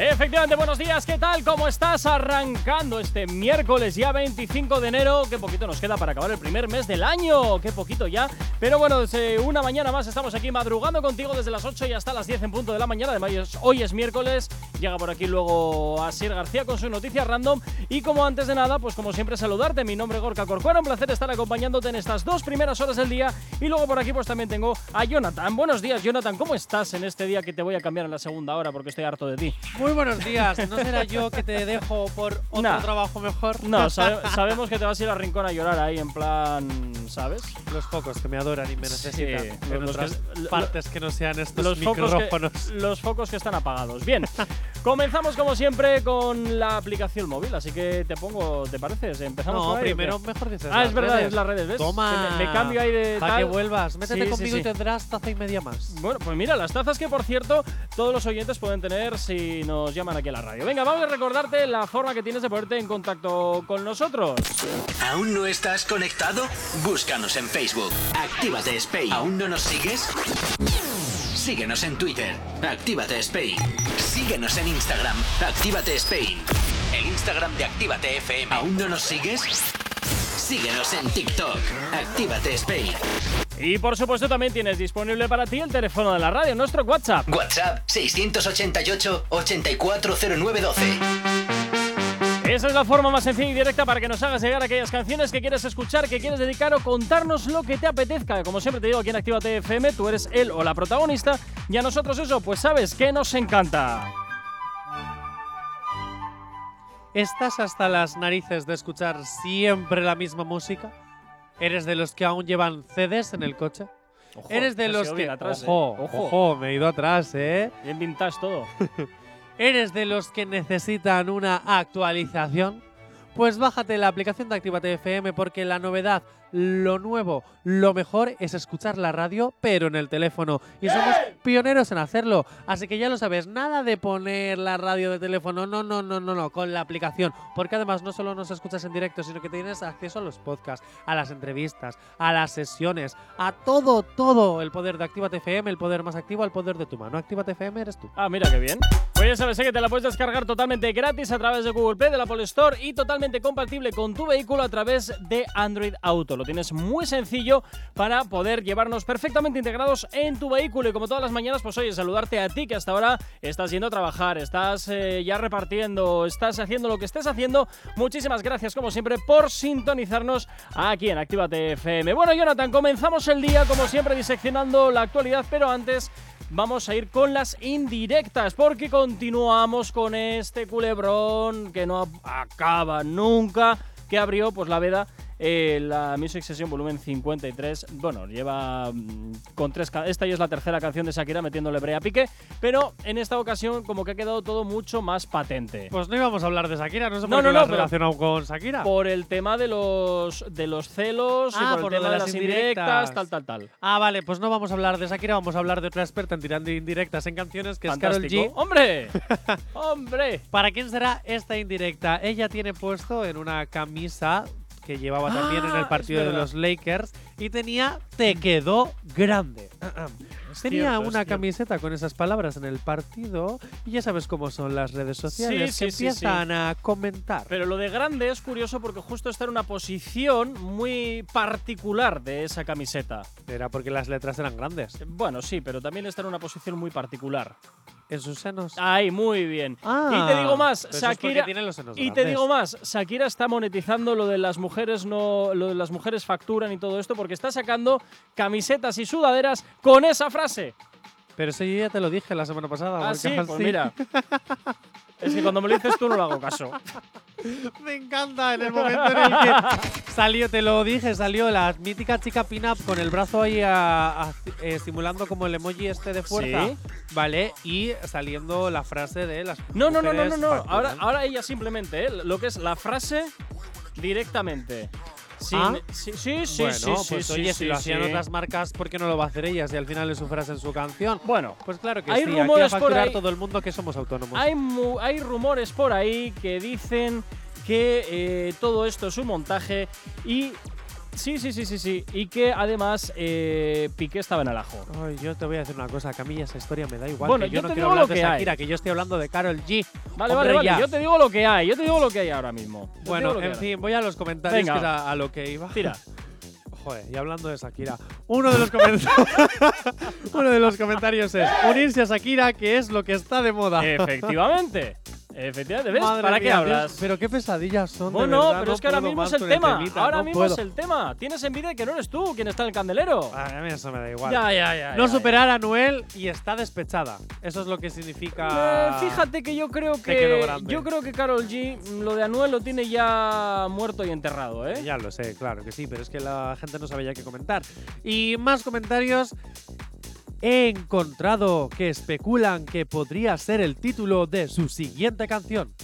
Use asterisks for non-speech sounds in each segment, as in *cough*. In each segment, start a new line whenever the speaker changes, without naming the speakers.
Efectivamente, buenos días, ¿qué tal? ¿Cómo estás? Arrancando este miércoles ya 25 de enero, qué poquito nos queda para acabar el primer mes del año, qué poquito ya. Pero bueno, desde una mañana más estamos aquí madrugando contigo desde las 8 y hasta las 10 en punto de la mañana. Además, hoy es miércoles, llega por aquí luego Asier García con su noticia random. Y como antes de nada, pues como siempre saludarte, mi nombre es Gorka Corcuera, un placer estar acompañándote en estas dos primeras horas del día. Y luego por aquí pues también tengo a Jonathan. Buenos días, Jonathan, ¿cómo estás en este día que te voy a cambiar en la segunda hora porque estoy harto de ti?
Muy buenos días. ¿No será yo que te dejo por otro
Nah.
trabajo mejor?
No, sabe- sabemos que te vas a ir al rincón a llorar ahí, en plan, ¿sabes?
*laughs* Los pocos que me adoran y me
Sí,
necesitan. en
los que-
otras
lo-
partes que no sean estos
Los focos,
micrófonos.
que, los focos que están apagados. Bien, comenzamos como siempre con la aplicación móvil, así que te pongo, ¿te parece? ¿Empezamos
No,
con ahí o qué?
primero mejor dices.
Ah,
las
es verdad,
redes.
es las redes, ¿ves?
Toma.
Que me- me cambio ahí de
Para que
tal.
vuelvas. Métete
Sí, sí,
conmigo
sí.
y tendrás taza y media más.
Bueno, pues mira, las tazas que por cierto todos los oyentes pueden tener si nos llaman aquí a la radio. Venga, vamos a recordarte la forma que tienes de ponerte en contacto con nosotros.
¿Aún no estás conectado? Búscanos en Facebook. Actívate Spain. ¿Aún no nos sigues? Síguenos en Twitter. Actívate Spain. Síguenos en Instagram. Actívate Spain. El Instagram de Actívate FM. ¿Aún no nos sigues? Síguenos en TikTok. Actívate Spain.
Y por supuesto también tienes disponible para ti el teléfono de la radio, nuestro WhatsApp.
WhatsApp 688 840912.
Esa es la forma más sencilla y directa para que nos hagas llegar aquellas canciones que quieres escuchar, que quieres dedicar o contarnos lo que te apetezca. Como siempre te digo aquí en Activa FM, tú eres él o la protagonista y a nosotros eso, pues sabes que nos encanta.
¿Estás hasta las narices de escuchar siempre la misma música? ¿Eres de los que aún llevan CDs en el coche? ¿Eres de
te has
los
ido
que.
bien atrás, eh.
ojo,
Ojo.
ojo, me he ido atrás, ¿eh?
Bien vintage todo.
¿Eres de los que necesitan una actualización? Pues bájate la aplicación de Actívate FM porque la novedad, lo nuevo, lo mejor es escuchar la radio pero en el teléfono. Y somos pioneros en hacerlo. Así que ya lo sabes, nada de poner la radio de teléfono. No, no, no, no, no, con la aplicación. Porque además no solo nos escuchas en directo, sino que tienes acceso a los podcasts, a las entrevistas, a las sesiones, a todo, todo. El poder de Actívate FM, el poder más activo, el poder de tu mano. Actívate FM eres tú.
Ah, mira qué bien. Pues ya sabes ¿eh? que te la puedes descargar totalmente gratis a través de Google Play, de la Apple Store y totalmente compatible con tu vehículo a través de Android Auto. Lo tienes muy sencillo para poder llevarnos perfectamente integrados en tu vehículo. Y como todas las mañanas, pues oye, saludarte a ti que hasta ahora estás yendo a trabajar, estás eh, ya repartiendo, estás haciendo lo que estés haciendo. Muchísimas gracias, como siempre, por sintonizarnos aquí en Actívate FM. Bueno, Jonathan, comenzamos el día, como siempre, diseccionando la actualidad, pero antes vamos a ir con las indirectas, porque continuamos con este culebrón que no acaba nunca, que abrió pues la veda. eh, la Music Session volumen 53, bueno, lleva mm, con tres... ca- Esta ya es la tercera canción de Shakira metiéndole brea a Piqué, pero en esta ocasión como que ha quedado todo mucho más patente.
Pues no íbamos a hablar de Shakira, no sé
No,
por
no,
qué lo
no,
has
pero-
relacionado con Shakira.
Por el tema de los, de los celos y
Ah,
por,
por
el
lo
tema de las indirectas,
indirectas.
tal, tal, tal.
Ah, vale, pues no vamos a hablar de Shakira, vamos a hablar de otra experta en tirando indirectas en canciones, que es
Fantástico.
Carol G. *laughs*
¡Hombre! ¡Hombre!
¿Para quién será esta indirecta? Ella tiene puesto en una camisa que llevaba también en
Ah,
el
es
partido de
verdad.
los Lakers y tenía Te quedó grande. *clears throat* Tenía
cierto, es
una
cierto.
camiseta con esas palabras en el partido y ya sabes cómo son las redes sociales
Sí,
que
sí, sí,
empiezan a comentar.
Pero lo de grande es curioso porque justo está en una posición muy particular de esa camiseta.
Era porque las letras eran grandes.
Bueno, sí, pero también está en una posición muy particular.
En sus senos.
Ahí, muy bien.
Ah,
y te digo más,
pero eso es porque
Shakira.
tiene los senos
Y te
grandes.
digo más, Shakira está monetizando lo de las mujeres no, lo de las mujeres facturan y todo esto porque está sacando camisetas y sudaderas con esa frase.
Pero eso yo ya te lo dije la semana pasada.
Ah,
porque
sí, pues
así- *laughs*
mira. Es que cuando me lo dices tú no le hago caso.
Me encanta en el momento en el que *laughs* salió, te lo dije, salió la mítica chica pin-up con el brazo ahí a- a- eh, simulando como el emoji este de fuerza.
Sí.
Vale, y saliendo la frase de las.
No, no, no, no, no,
mujeres
no. Ahora,
facturan.
ahora ella simplemente, ¿eh? lo que es la frase directamente. Sin-
¿Ah?
Sí, sí, sí,
bueno,
sí, sí,
pues
sí,
oye, si
sí,
lo hacían
sí.
otras marcas, ¿por qué no lo va a hacer ellas? Y al final le sufras en su canción.
Bueno,
Pues claro que
Hay
sí, aquí a
rumores por
facturar
ahí-
todo el mundo que somos autónomos.
hay, mu- hay rumores por ahí que dicen que eh, todo esto es un montaje y... Sí, sí, sí, sí, sí. Y que además eh, Piqué estaba en el ajo.
Ay, yo te voy a decir una cosa, que a mí esa historia me da igual.
Bueno,
que yo,
yo
no
te
quiero
digo
hablar
lo
de
que hay.
Shakira, que yo estoy hablando de Carol G.
Vale,
Hombre,
vale, vale.
ya.
Yo te digo lo que hay, yo te digo lo que hay ahora mismo. Yo te digo
Bueno,
lo que
en
hay.
fin, voy a los comentarios
Venga.
que era a lo que iba.
Tira.
*laughs* Joder, y hablando de Shakira, uno de los comentarios *laughs* uno de los comentarios es unirse a Shakira, que es lo que está de moda.
Efectivamente. Efectivamente, ¿ves?
Madre
¿Para qué
mía,
hablas?
Dios, pero qué pesadillas son. de
bueno,
verdad,
Oh, pero
no
es que ahora
puedo
mismo
más
es el
con el
tema.
temita,
ahora
no
mismo
puedo.
es el tema. Tienes envidia de que no eres tú quien está en el candelero.
A mí eso me da igual.
Ya, ya, ya.
no
ya,
superar a Noel y está despechada. Eso es lo que significa.
ya. Eh, fíjate que yo creo
quedó
que
grande.
yo creo que Carol G mm, lo de Anuel lo tiene ya muerto y enterrado, ¿eh?
Ya lo sé, claro que sí, pero es que la gente no sabe ya qué comentar. Y más comentarios. He encontrado que especulan que podría ser el título de su siguiente canción.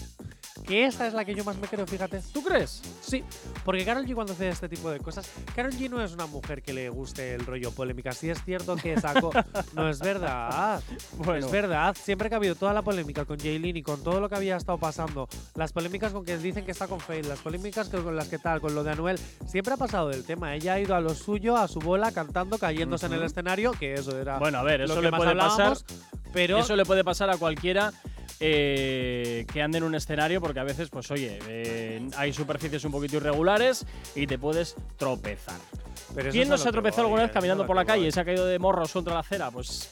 Que esa es la que yo más me creo, fíjate.
¿Tú crees?
Sí, porque Carol G cuando hace este tipo de cosas, Carol G no es una mujer que le guste el rollo polémica. Sí es cierto que sacó, no es verdad.
Bueno.
Es verdad, siempre que ha habido toda la polémica con Jaylin y con todo lo que había estado pasando, las polémicas con que dicen que está con Faith, las polémicas que- con las que tal, con lo de Anuel, siempre ha pasado del tema. Ella ha ido a lo suyo, a su bola, cantando, cayéndose en el
Ujú.
escenario, que eso era
Bueno, a ver,
lo
eso
que
le
más
puede pasar.
hablábamos, Pero
Eso le puede pasar a cualquiera eh, que ande en un escenario, porque a veces, pues oye, eh, hay superficies un poquito irregulares y te puedes tropezar.
pero eso
¿Quién
es
no
a
se ha
lo que
tropezado
voy,
alguna
eso
vez
es a
caminando
lo
por
que
la calle
voy.
y se ha caído de morros contra la acera? Pues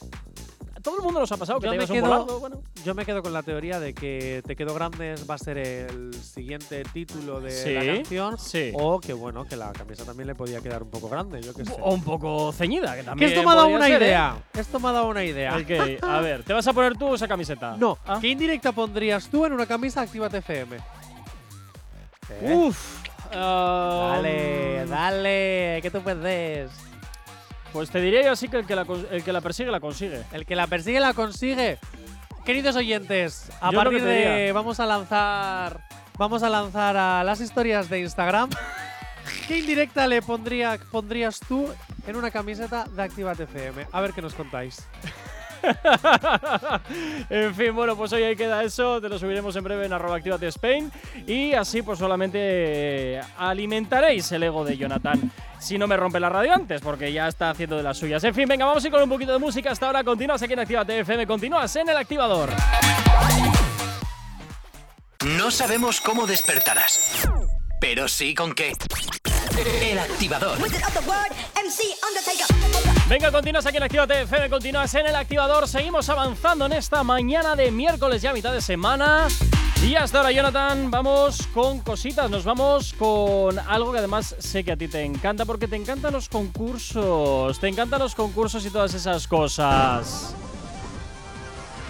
a todo el mundo nos ha pasado que
Yo
te
me
llevas un
quedo-
volado, bueno.
Yo me quedo con la teoría de que Te Quedo Grandes va a ser el siguiente título de la
Sí,
canción.
sí.
O que bueno, que la camisa también le podía quedar un poco grande, yo qué sé.
O un poco ceñida, que
que
también.
esto me ha dado
podría
una
ser, ¿eh?
idea. Esto me ha dado una idea.
Ok, a ver, ¿te vas a poner tú esa camiseta?
No,
Ah.
¿qué indirecta pondrías tú en una camisa Actívate FM? Uh,
Uf. um,
Dale, dale, que tú puedes.
Pues te diría yo así que el que la, cons- el que la persigue la consigue.
El que la persigue la consigue. Queridos oyentes, a
Yo lo
partir
que
de
te diría.
vamos a lanzar vamos a lanzar a las historias de Instagram. *laughs* ¿Qué indirecta le pondría, pondrías tú en una camiseta de Actívate FM? A ver qué nos contáis.
*laughs* en fin, bueno, pues hoy ahí queda eso. Te lo subiremos en breve en arroba Actívate Spain. Y así, pues solamente eh, alimentaréis el ego de Jonathan. Si no me rompe la radio antes, porque ya está haciendo de las suyas. En fin, venga, vamos a ir con un poquito de música. Hasta ahora continúas aquí en Actívate FM. Continúas en el activador.
No sabemos cómo despertarás, pero sí con qué. El activador.
Wizard of the word, MC Undertaker.
Venga, continúas aquí en Actívate FM. Continúas en el activador. Seguimos avanzando en esta mañana de miércoles, ya mitad de semana. Y hasta ahora, Jonathan, vamos con cositas. Nos vamos con algo que además sé que a ti te encanta, porque te encantan los concursos. Te encantan los concursos y todas esas cosas.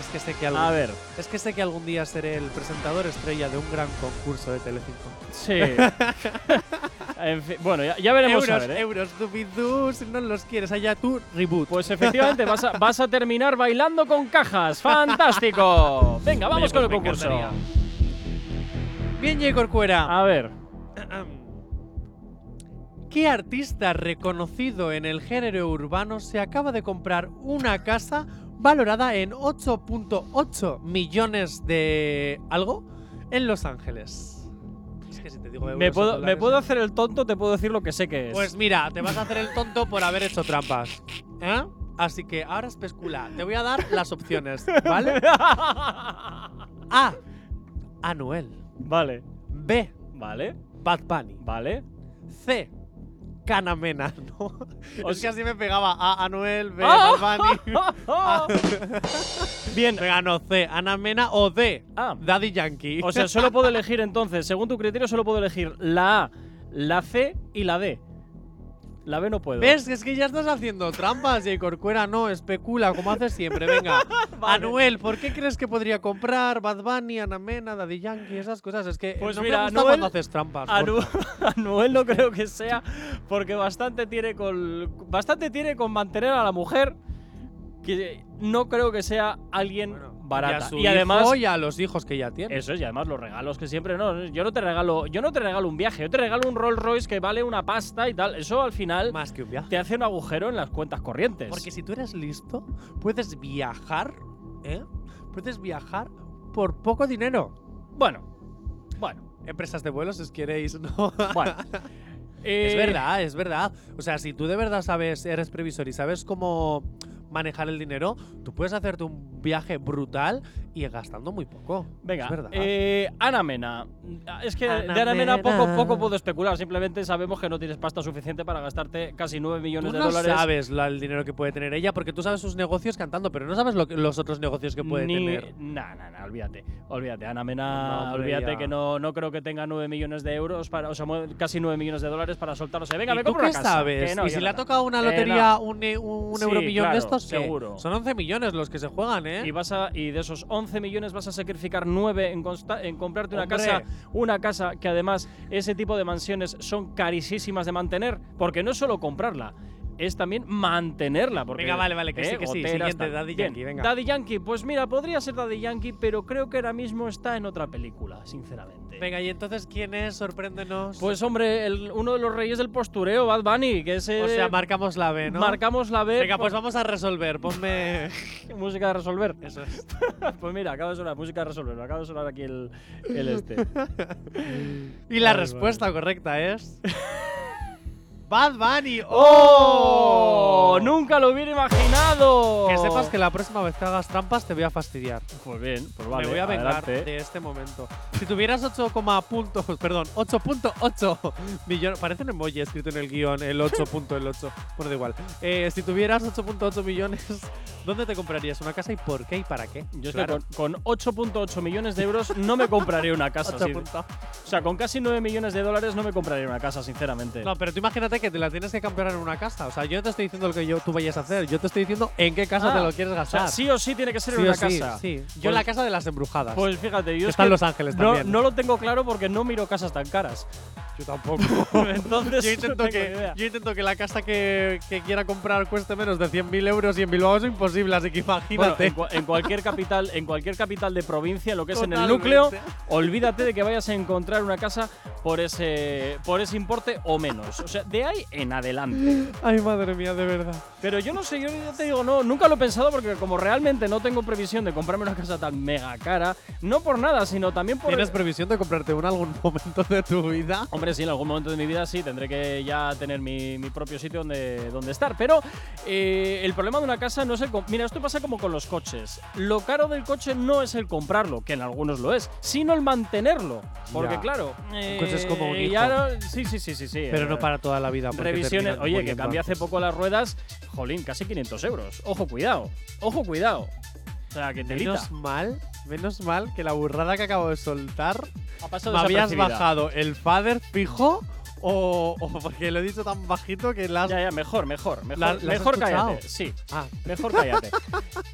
Es que sé que algún,
A ver,
es que sé que algún día seré el presentador estrella de un gran concurso de Telecinco.
sí.
*laughs*
En fin, bueno, ya, ya veremos. a
euros,
ver, ¿eh?
euros, dubidú, si no los quieres, allá tú, reboot.
Pues efectivamente, vas a, vas a terminar bailando con
*laughs*
cajas. ¡Fantástico! Venga, vamos
Oye,
con el
pues me
concurso.
encantaría. Bien, J. Corcuera.
A ver.
¿Qué artista reconocido en el género urbano se acaba de comprar una casa valorada en 8.8 millones de algo en Los Ángeles? Es que si te digo euros
¿Me
o
puedo, me
dólares- ¿eh?
puedo hacer el tonto? Te puedo decir lo que sé que es.
Pues mira, te vas a hacer el tonto por haber hecho trampas. ¿Eh? Así que ahora especula. Te voy a dar las opciones, ¿vale? A. Anuel.
*laughs* vale,
B.
vale,
Bad Bunny.
vale.
C. Canamena, *laughs* ¿no?
O
es que
sea-
así me pegaba A. Anuel, *laughs* B.
¡Ah!
Bad Bunny.
Bien.
Venga, no, C. Anamena o D.
*laughs* Ah.
Daddy Yankee.
O
*laughs*
sea, solo puedo elegir entonces, según tu criterio, solo puedo elegir la A, la C y la D. La B no puedo.
¿Ves? Es que ya estás haciendo trampas, J. Corcuera. No, especula, como haces siempre. Venga. *laughs*
Vale.
Anuel, ¿por qué crees que podría comprar Bad Bunny, Anamena, Daddy Yankee, esas cosas? Es que
Pues
no
mira,
me gusta
Anuel-
cuando haces
*laughs*
trampas.
Anu-
*laughs* Gorka.
Anuel no creo que sea, porque bastante tiene con bastante tiene con mantener a la mujer que no creo que sea alguien barata.
Y, a su
y además,
hijo y a los hijos que ya tiene.
Eso es, y además los regalos que siempre no, yo no te regalo, yo no te regalo un viaje, yo te regalo un Rolls Royce que vale una pasta y tal. Eso al final
Más que un viaje.
te hace un agujero en las cuentas corrientes.
Porque si tú eres listo, puedes viajar, ¿eh? Puedes viajar por poco dinero.
bueno, bueno,
Empresas de vuelos, si os queréis, *laughs* ¿no?
bueno.
Es
Eh,
verdad, es verdad. O sea, si tú de verdad sabes, eres previsor y sabes cómo manejar el dinero, tú puedes hacerte un viaje brutal y gastando muy poco.
Venga,
es verdad.
eh, Ana Mena. Es que
Ana
de Ana Mena poco,
Mena.
poco puedo especular. Simplemente sabemos que no tienes pasta suficiente para gastarte casi 9
Tú
millones de
no
dólares.
sabes la- el dinero que puede tener ella, porque tú sabes sus negocios cantando, pero no sabes lo que- los otros negocios que puede
ni-
tener.
Nah, nah, nah, olvídate. Olvídate, Ana Mena,
No, hombre,
olvídate
ya.
que no, no creo que tenga 9 millones de euros, para, o sea, mue- casi 9 millones de dólares para soltarse. Venga,
¿Y
me
tú
compro
qué
una casa.
sabes?
Que no,
¿Y
ya
si le ha
está.
tocado una
Que
lotería
no.
un, e- un
Sí,
euro millón
claro,
de estos? ¿qué?
seguro.
Son 11 millones los que se juegan, ¿eh?
Y, vas a- y de esos 11 millones vas a sacrificar 9 en, consta- en comprarte una
Hombre.
casa, una casa que además ese tipo de mansiones son carísimas de mantener, porque no es solo comprarla, es también mantenerla. Porque, ¿eh?
Venga, vale, vale, que sí, que sí.
goteras,
Siguiente,
tal.
Daddy
Bien,
Yankee, venga.
Daddy Yankee, pues mira, podría ser Daddy Yankee, pero creo que ahora mismo está en otra película, sinceramente.
Venga, y entonces, ¿quién es? Sorpréndenos.
Pues hombre, el- uno de los reyes del postureo, Bad Bunny, que es...
o sea,
eh,
marcamos la B, ¿no?
Marcamos la B.
Venga,
por-
pues vamos a resolver.
*laughs*
Ponme.
Música de resolver.
Eso es.
*laughs* pues mira, acaba de sonar música de resolver. Acaba de sonar aquí el, el
*laughs*
este.
Y la
Vale,
respuesta correcta
*laughs*
es. Bad Bunny.
¡Oh!
¡Oh!
¡Nunca lo hubiera imaginado!
Que sepas que la próxima vez que hagas trampas te voy a fastidiar.
Pues bien, pues vale.
Me voy a vengar
adelante.
de este momento. Si tuvieras 8, puntos, perdón, *laughs* 8.8 millones. Parece un emoji escrito en el guión, el 8. punto, el 8. Bueno, da igual. Eh, si tuvieras 8.8 millones, *laughs* ¿dónde te comprarías una casa y por qué y para qué?
Yo es que con, con 8.8 millones de euros no me compraré una casa.
Ocho
sí.
punto.
O sea, con casi 9 millones de dólares no me compraré una casa, sinceramente.
No, pero tú imagínate que te la tienes que cambiar en una casa. O sea, yo no te estoy diciendo lo que yo, tú vayas a hacer. Yo te estoy diciendo en qué casa
Ah,
te lo quieres
o sea,
gastar.
sí o sí tiene que ser
Sí
en
o
una
sí,
casa.
sí. Yo
Pues-
la casa de las embrujadas.
Pues fíjate, yo es
Está
que
en Los Ángeles
no,
también.
no lo tengo claro porque no miro casas tan
*laughs*
caras. *laughs*
yo tampoco.
Entonces,
yo,
no
intento
tengo ni
que,
idea.
yo intento que la casa que, que quiera comprar cueste menos de 100.000 euros y en Bilbao es imposible, así que
Bueno,
imagínate.
en, cua- en cualquier capital, en cualquier capital de provincia, lo que es en el
Totalmente.
núcleo, olvídate de que vayas a encontrar una casa por ese por ese importe o menos. O sea, de ahí en adelante.
Ay, madre mía, de verdad.
Pero yo no sé, yo ya te digo, no, nunca lo he pensado porque como realmente no tengo previsión de comprarme una casa tan mega cara, no por nada, sino también por
¿Tienes previsión de comprarte una en algún momento de tu vida?
Hombre, sí, en algún momento de mi vida sí, tendré que ya tener mi, mi propio sitio donde, donde estar. Pero eh, el problema de una casa no es el... com- Mira, esto pasa como con los coches. Lo caro del coche no es el comprarlo, que en algunos lo es, sino el mantenerlo. Porque
Ya.
claro... eh,
coche es como un hijo.
ya no- sí, sí, sí, sí, sí.
Pero no
eh,
para toda la vida. porque
Revisiones,
terminas
oye, que
muriendo
cambié hace
antes.
poco las ruedas, jolín, casi 500 euros. Ojo, cuidado, ojo, cuidado. O sea, que te
Menos mal, menos mal que la burrada que acabo de soltar
Ha
¿Me
pasado
habías
desapercibida.
bajado el father fijo o, o porque lo he dicho tan bajito que las...
Ya, ya, mejor, mejor, mejor,
¿La- las has
mejor cállate.
escuchado?
Sí,
Ah,
Mejor
*laughs*
cállate.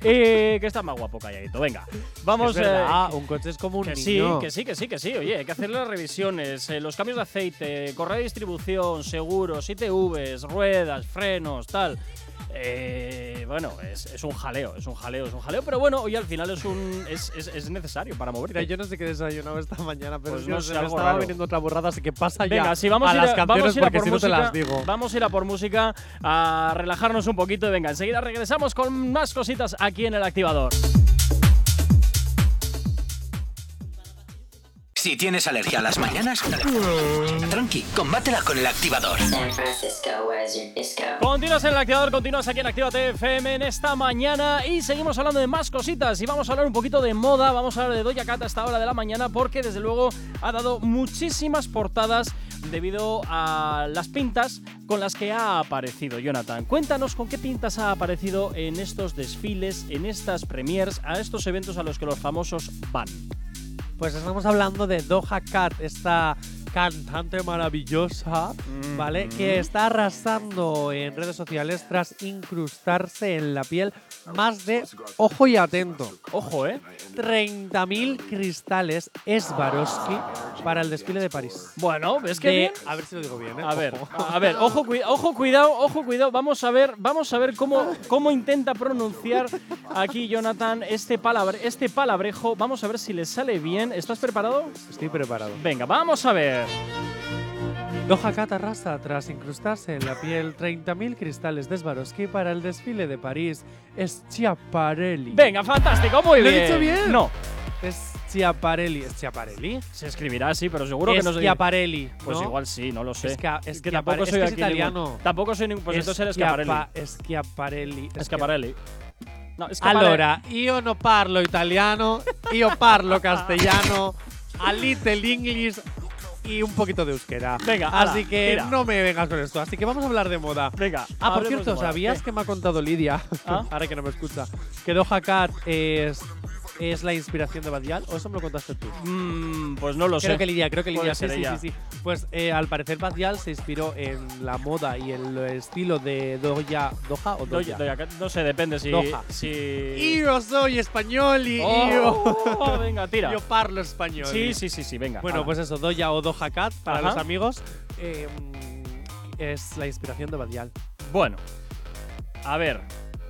eh, que está más guapo calladito. Venga, vamos.
es verdad,
eh,
ah, un coche es como un
que sí,
niño.
que sí, que sí, que sí. Oye, hay que hacer las revisiones, eh, los cambios de aceite, correa de distribución, seguros, ITVs, ruedas, frenos, tal. Eh, bueno, es, es un jaleo, es un jaleo, es un jaleo, pero bueno, hoy al final es un es, es- es necesario para
Mira,
moverte.
yo no sé qué he desayunado esta mañana, pero
Pues
es que
no
se
sé,
me
algo
estaba
raro.
viniendo otra burrada, así que pasa
Venga,
ya
sí, vamos
a
a, ir
las
a, vamos
canciones
a ir a
porque
por
si no te
música.
las digo.
Vamos a ir a por música, a relajarnos un poquito. y Venga, enseguida regresamos con más cositas aquí en el activador.
Si tienes alergia a las mañanas, tranqui, combátela con el activador.
San Francisco, where's your disco?
Continúas en el activador, continúas aquí en Actívate FM en esta mañana y seguimos hablando de más cositas y vamos a hablar un poquito de moda, vamos a hablar de Doja Cat a esta hora de la mañana porque desde luego ha dado muchísimas portadas debido a las pintas con las que ha aparecido Jonathan. Cuéntanos con qué pintas ha aparecido en estos desfiles, en estas premiers, a estos eventos a los que los famosos van.
Pues estamos hablando de Doja Cat, esta cantante maravillosa,
Mm.
¿vale? Que está arrasando en redes sociales tras incrustarse en la piel más de, ojo y atento,
Ojo, ¿eh?
30.000 cristales Swarovski para el desfile de París.
Bueno, ¿ves que
De-
bien?
A ver si lo digo bien, ¿eh?
A ver,
Ojo.
a ver, ojo, cui- ojo, cuidado, ojo, cuidado. Vamos a ver, vamos a ver cómo, cómo intenta pronunciar aquí Jonathan este, palabre- este palabrejo. Vamos a ver si le sale bien. ¿Estás preparado?
Estoy preparado.
Venga, vamos a ver.
Doha Cat arrasa tras incrustarse en la piel 30.000 cristales de Swarovski para el desfile de París. Schiaparelli.
Venga, fantástico, muy
¿Lo he
bien.
dicho bien?
No,
Es Schiaparelli. ¿Es Schiaparelli?
se escribirá así, pero seguro que
es
no se
Schiaparelli.
Pues
¿no?
igual sí, no lo sé.
Es que- es que
tampoco
apare- es
soy
que es
aquí ningún-
italiano.
Tampoco soy ningún. Pues entonces eres Schiaparelli.
Schiapa- Schiaparelli.
Schiaparelli. No, Schiaparelli.
Allora, io no parlo italiano, io
*laughs*
parlo castellano, a little English y un poquito de euskera.
Venga,
así
ala,
que
tira.
no me vengas con esto. Así que vamos a hablar de moda.
Venga.
Ah,
hablemos
por
de
cierto,
moda.
¿sabías
¿Qué?
que me ha contado Lidia?
Ah.
Ahora que no me *laughs* escucha. Que Doha Cat es, es la inspiración de Badial. ¿O eso me lo contaste tú?
Mm, pues no lo
Creo
sé.
que Lidia, creo que
Puede
Lidia. Sí,
ser
sí,
ella.
sí, sí. Pues eh, al parecer Badial se inspiró en la moda y en el estilo de Doha, Doha o
Doy-
Doha.
doy acá- no sé, depende si.
Doha.
si...
Yo soy español y
Oh,
yo,
*laughs* venga, tira.
yo parlo español.
Sí, sí, sí, sí, venga. Ah.
Bueno,
ala.
pues eso, Doya o Doha Cat para
Ajá.
los amigos. eh, es la inspiración de Badial.
Bueno, a ver.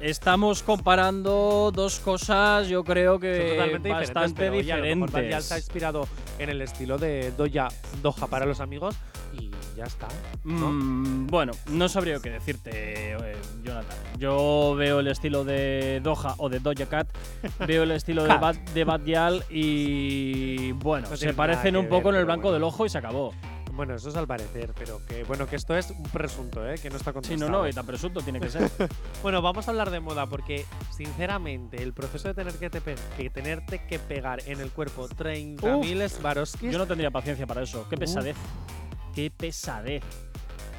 Estamos comparando dos cosas, yo creo que
Son totalmente diferentes,
Eh, bastante
pero oye, a lo mejor Badial
diferentes.
se ha inspirado en el estilo de Doya Doha para los amigos y ya está. ¿no?
Mm, bueno, no sabría qué decirte, eh, Jonathan. Yo veo el estilo de Doha o de Doja
*laughs*
Cat, veo el estilo de,
Cat.
Bad, de Bad Gyal y bueno,
No
se
tiene
parecen
nada
un
que
poco
ver,
en el
pero
blanco
bueno.
del ojo y se acabó.
Bueno, eso es al parecer, pero que bueno que esto es un presunto, ¿eh? que no está
Sí,
contestado.
no, no, y tan presunto tiene que ser.
Bueno, vamos a hablar de moda porque, sinceramente, el proceso de tener que, te pe- que tenerte que pegar en el cuerpo 30.000 Swarovskis.
Yo no tendría paciencia para eso. Qué pesadez. Qué pesadez.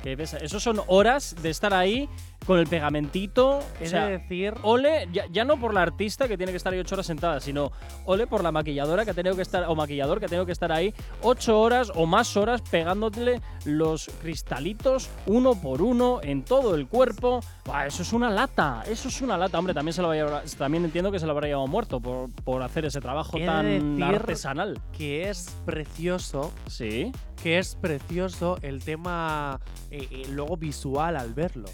Qué pesa- Eso son horas de estar ahí con el pegamentito.
he
O sea,
de decir.
Ole, ya, ya no por la artista que tiene que estar ahí ocho horas sentada, sino ole por la maquilladora que ha tenido que estar, o maquillador que ha tenido que estar ahí ocho horas o más horas pegándole los cristalitos uno por uno en todo el cuerpo. Buah, eso es una lata, eso es una lata. Hombre, también, se lo habrá- también entiendo que se lo habrá llevado muerto por, por hacer ese trabajo
He de
tan
decir-
artesanal.
Que es precioso,
Sí.
que es precioso el tema eh, eh, luego visual al verlo.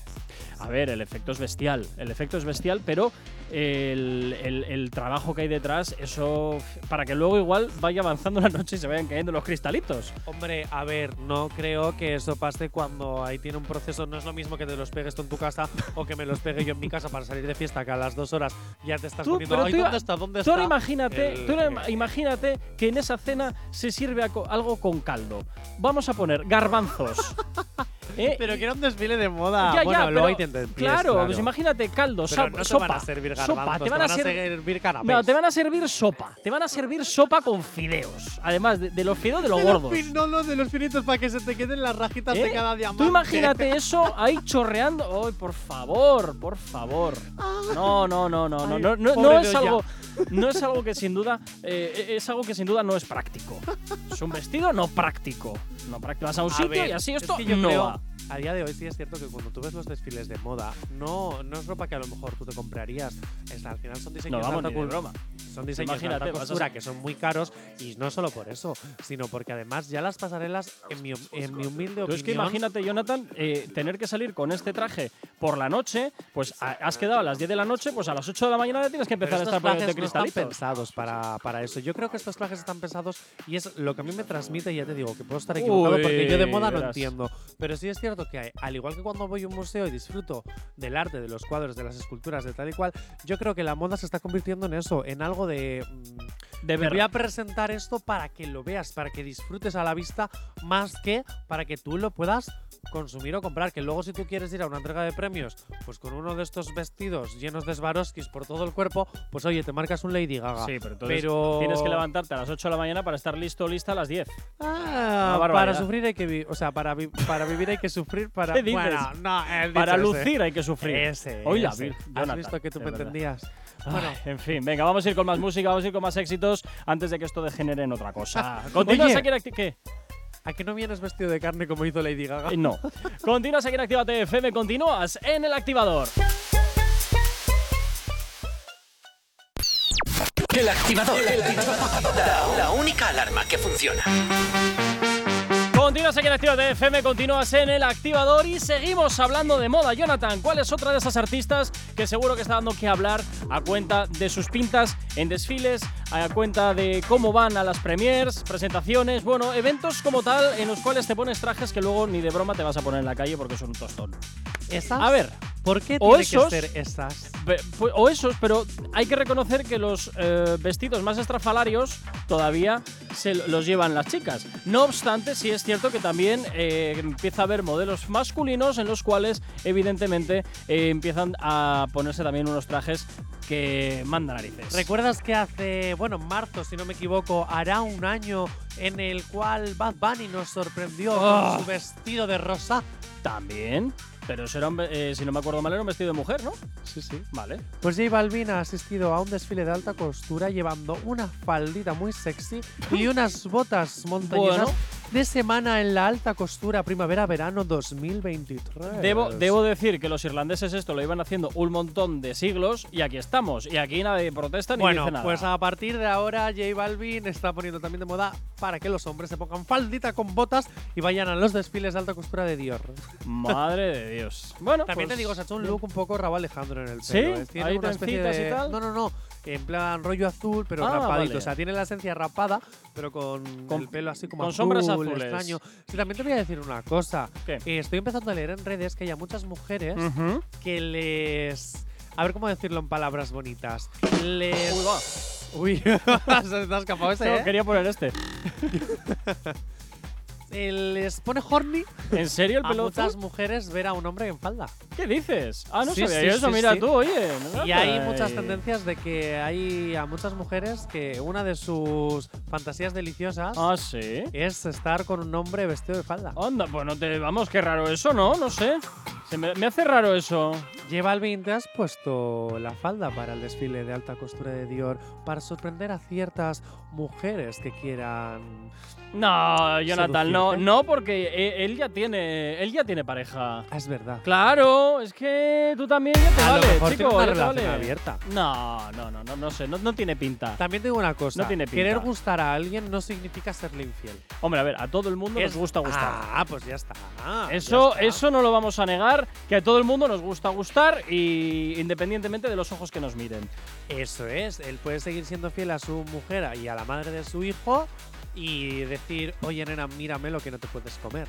A ver, el efecto es bestial, el efecto es bestial, pero el, el- el trabajo que hay detrás, eso para que luego igual vaya avanzando la noche y se vayan cayendo los cristalitos.
Hombre, a ver, no creo que eso pase cuando ahí tiene un proceso. No es lo mismo que te los pegues tú en tu casa o que me los pegue yo en mi casa para salir de fiesta, que a las dos horas ya te estás
Tú,
poniendo.
pero
"Ay,
tú iba-
¿Dónde está? ¿Dónde
Tú
está?
ahora imagínate,
el-
tú ahora
eh,
ima- imagínate que en esa cena se sirve aco- algo con caldo. Vamos a poner garbanzos.
*laughs*
¿eh?
Pero que era un desfile de moda.
Ya, ya,
bueno,
pero-
luego hay tendencias,
Claro, pues imagínate caldo,
Pero
sap-
no te
sopa,
van a servir garbanzos,
sopa,
te van a servir canapés.
No, te van a servir sopa, te van a servir sopa con fideos, además de, de los fideos de los
De los
gordos.
fin- no, no, de los finitos para que se te queden las rajitas
¿Eh?
de cada diamante.
Tú imagínate
*laughs*
eso ahí chorreando. ¡Ay, por favor, por favor! No, no, no, no, no,
Ah. Ay,
no, no,
pobre
no es
Doña. *laughs*
algo, no es algo que sin duda, eh, es algo que sin duda no es práctico. Es un vestido no práctico, no práctico. Vas a un
A
sitio
ver,
y así
es
esto
que yo
no
creo-
va.
A día de hoy sí es cierto que cuando tú ves los desfiles de moda, no, no es ropa que a lo mejor tú te comprarías. Es- al final son diseños
No vamos
de
ni
alta
de
cul-
broma.
Son diseños de
Imagínate,
alta
vas a
costura
ser-
que son muy caros y no solo por eso, sino porque además ya las pasarelas, en mi, en mi humilde
Tú
opinión,
es que imagínate, Jonathan, eh, tener que salir con este traje por la noche, pues a- has quedado a las 10 de la noche, pues a las 8 de la mañana ya tienes que
Pero
empezar a
estos
estar poniéndote
trajes no están
cristalitos.
pensados para, para eso. Yo creo que estos trajes están pensados y es lo que a mí me transmite, ya te digo, que puedo estar equivocado
Uy,
porque yo de moda no
verás.
entiendo. Pero sí es cierto que, al igual que cuando voy a un museo y disfruto del arte, de los cuadros, de las esculturas, de tal y cual, yo creo que la moda se está convirtiendo en eso, en algo de... mm,
De
te voy
verdad.
a presentar esto para que lo veas, para que disfrutes a la vista, más que para que tú lo puedas consumir o comprar. Que luego, si tú quieres ir a una entrega de premios, pues con uno de estos vestidos llenos de Swarovskis por todo el cuerpo, pues oye, te marcas un Lady Gaga.
Sí, pero entonces
Pero-
tienes que levantarte a las 8 de la mañana para estar listo o lista a las 10.
Ah,
Una barbaridad.
para sufrir hay que vivir, o sea, para, vi- para vivir hay que sufrir,
*laughs*
para.
¿Qué dices?
Bueno, no, el dicho
Para
ese.
lucir hay que sufrir.
Ese,
Hoy la vi.
ese. Has
Jonathan,
visto que tú
de
me
verdad.
entendías.
Ay,
Bueno,
en fin, venga, vamos a ir con más música, vamos a ir con más éxitos antes de que esto degenere en otra cosa. Continúa
Ah, Oye.
Shakira, acti- ¿qué?
¿A que no vienes vestido de carne como hizo Lady Gaga?
Eh,
*laughs*
No. Continúas aquí en Actívate FM, continúas en el activador.
El activador. El activador. La, la única alarma que funciona.
Continúas aquí en Actívate FM, continúas en el activador y seguimos hablando de moda. Jonathan, ¿cuál es otra de esas artistas que seguro que está dando que hablar a cuenta de sus pintas en desfiles, a cuenta de cómo van a las premiers, presentaciones, bueno, eventos como tal en los cuales te pones trajes que luego ni de broma te vas a poner en la calle porque son un tostón?
¿Esas?
Eh, A ver,
¿Por qué
o
tiene
esos-
que ser esas?
Pe- pu- O esos, pero hay que reconocer que los eh, vestidos más estrafalarios todavía se l- los llevan las chicas. No obstante, sí es cierto que también eh, empieza a haber modelos masculinos en los cuales, evidentemente, eh, empiezan a ponerse también unos trajes que mandan narices.
¿Recuerdas que hace, bueno, marzo, si no me equivoco, hará un año en el cual Bad Bunny nos sorprendió
Ah.
con su vestido de rosa?
también. Pero eso era, un ve- eh, si no me acuerdo mal, era un vestido de mujer, ¿no?
Sí, sí.
Vale.
Pues J Balvin ha asistido a un desfile de alta costura llevando una faldita muy sexy
*laughs*
y unas botas montañesas
Bueno.
de semana en la alta costura primavera-verano 2023.
Debo, debo decir que los irlandeses esto lo iban haciendo un montón de siglos y aquí estamos. Y aquí nadie protesta ni
Bueno,
dice nada.
pues a partir de ahora J Balvin está poniendo también de moda para que los hombres se pongan faldita con botas y vayan a los desfiles de alta costura de Dior.
Madre de Dios. Bueno,
También
pues,
te digo, se ha hecho un look un poco Rabo Alejandro en el pelo.
¿Sí?
¿eh? Tiene
¿Hay
una especie
trencitas y
de-
tal?
No, no, no. En plan rollo azul, pero
Ah,
rapadito.
vale.
O sea, tiene la esencia rapada, pero con,
Con-
el pelo así como
con
azul,
sombras azules.
extraño. Sí, también te voy a decir una cosa.
¿Qué? Mm.
Eh, estoy empezando a leer en redes que hay a muchas mujeres
Ujú.
que les... A ver cómo decirlo en palabras bonitas. Les...
Uy, va.
*laughs* Uy, se te ha escapado ese,
Yo
¿eh?
Quería poner este.
Eh, Les pone horny
¿En serio el
a
pelo
Ah, muchas
azul?
mujeres ver a un hombre en falda.
¿Qué dices? Ah, no
Sí,
sabía
sí,
yo eso.
sí,
Mira
sí.
tú, oye. no
Y hay
sabía.
muchas tendencias de que hay a muchas mujeres que una de sus fantasías deliciosas
Ah, sí.
es estar con un hombre vestido de falda.
Onda, pues no te. Vamos, qué raro eso, ¿no? No sé. Se me, me hace raro eso.
Lleva al te has puesto la falda para el desfile de alta costura de Dior para sorprender a ciertas mujeres que quieran.
No, Jonathan, no,
¿Seducirte?
no, porque e- él ya tiene. Él ya tiene pareja.
Ah, es verdad.
Claro, es que tú también ya te
a
vale,
lo mejor
chico.
tiene una
ya te
relación
vale.
abierta.
No, no, no, no, no sé. No, no tiene pinta.
También te digo una cosa.
No tiene pinta.
Querer gustar a alguien no significa serle infiel.
Hombre, a ver, a todo el mundo
Es-
nos gusta gustar.
Ah, pues ya está. ya
Eso,
está.
eso no lo vamos a negar, que a todo el mundo nos gusta gustar y independientemente de los ojos que nos miren.
Eso es, él puede seguir siendo fiel a su mujer y a la madre de su hijo y decir, oye nena, mírame lo que no te puedes
*laughs*
comer.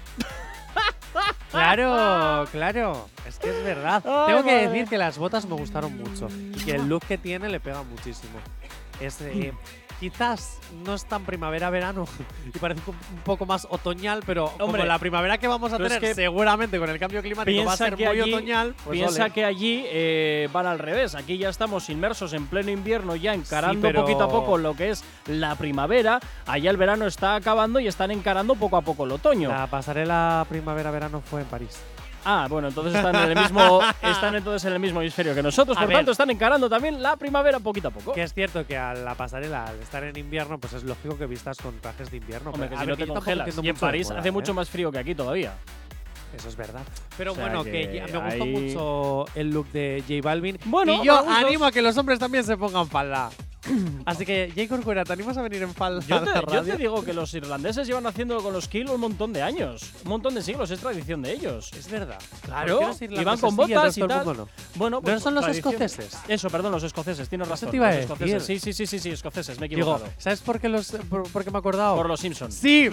claro, claro, es que es verdad.
Ay,
Tengo que
madre.
decir que las botas me gustaron mucho y que el look que tiene le pega muchísimo.
*laughs*
Es, eh, quizás no es tan primavera-verano y parece un un poco más otoñal, pero como
Hombre,
la primavera que vamos a
pero es
tener
que
seguramente con el cambio climático Ah, va a
Piensa
ser
que
muy
allí,
otoñal. pues
piensa
ole.
que allí eh, van al revés. Aquí ya estamos inmersos en pleno invierno, ya encarando
pero-
poquito a poco lo que es la primavera. Allá el verano está acabando y están encarando poco a poco el otoño.
La pasarela primavera-verano fue en París.
Ah, bueno, entonces están en el
*laughs*
mismo, están entonces en el mismo hemisferio que nosotros.
A
por
ver.
tanto, están encarando también la primavera poquito a poco.
Que es cierto que a la pasarela, al estar en invierno, pues es lógico que vistas con trajes de invierno.
Hombre, que
pero a
si
ver,
no
que
te
yo tampoco
congelas.
entiendo
Y en
mucho de
París
moda,
hace
¿eh?
mucho más frío que aquí todavía.
Eso es verdad. Pero
O sea
bueno,
que
que, ya- me gusta
ahí-
mucho el look de J Balvin.
Bueno,
y yo
a gustos.
animo a que los hombres también se pongan *clears throat* falda. Así que, J. Corcuera, ¿te animas a venir en falda
Yo
*laughs* a la
te, yo
radio?
te digo que los irlandeses llevan haciéndolo con los kill un montón de años. Un montón de siglos, es tradición de ellos.
Es verdad.
Claro,
¿Por qué los
y van
irlandeses
con
sí el
botas
resto
y
del
tal.
mundo no?
Bueno, pues,
Pero son los
tradición-
escoceses.
Eso, perdón, los escoceses, tienes
Eso
razón.
te iba a
los escoceses. Sí,
decir.
sí, sí, sí, sí, escoceses, me he
Digo,
equivocado.
¿sabes por qué, los, por, por qué me he acordado?
Por los Simpsons.
*laughs* Sí.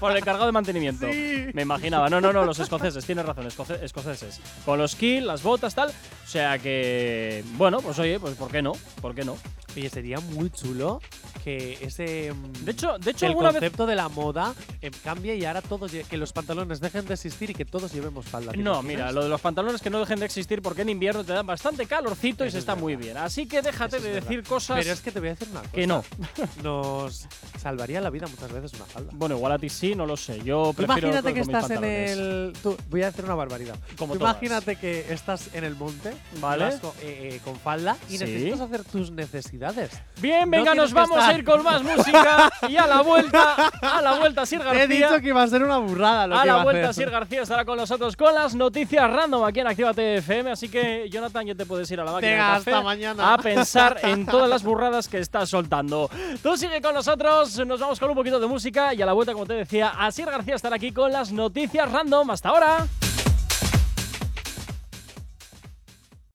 Por el encargado de mantenimiento.
Sí.
Me imaginaba. No, no, no, los escoceses, tienes razón, escoce- escoceses. Con los kill, las botas, tal. O sea que. Bueno, pues oye, pues ¿por qué no? ¿Por qué no?
Oye, sería muy chulo que ese. mm,
De hecho, de hecho
el
alguna vez.
concepto de la moda eh, cambie y ahora todos lle- que los pantalones dejen de existir y que todos llevemos falda. ¿te
No,
imaginas?
mira, lo de los pantalones que no dejen de existir porque en invierno te dan bastante calorcito y
Eso
se
es
está muy
verdad.
bien. Así que déjate
Eso
de
es verdad.
decir cosas
Pero es que te voy a decir una cosa.
que no.
Nos salvaría la vida muchas veces una falda.
Bueno, igual a ti sí, no lo sé. Yo
Tú
prefiero
imagínate
con
que
mis
estás en
pantalones.
el. tú- voy a hacer una barbaridad.
Como
Tú
todas.
imagínate que estás en el monte,
Vale.
vas con, eh, eh, con falda y
Sí.
necesitas hacer tus publicidades.
Bien,
No
venga,
tienes
nos
que
vamos a
estar-
ir con más música. Y a la vuelta, a la vuelta, Sir
*laughs* Te
García.
he dicho que iba a ser una burrada lo
A
que iba
la
a
vuelta,
hacer.
Sir García estará con nosotros con las noticias random aquí en Actívate FM. Así que, Jonathan, ya te puedes ir a la máquina de
Venga,
café
hasta mañana.
a pensar
*laughs*
en todas las burradas que estás soltando. Tú sigue con nosotros, nos vamos con un poquito de música y a la vuelta, como te decía, Asir García estará aquí con las noticias random. ¡Hasta ahora!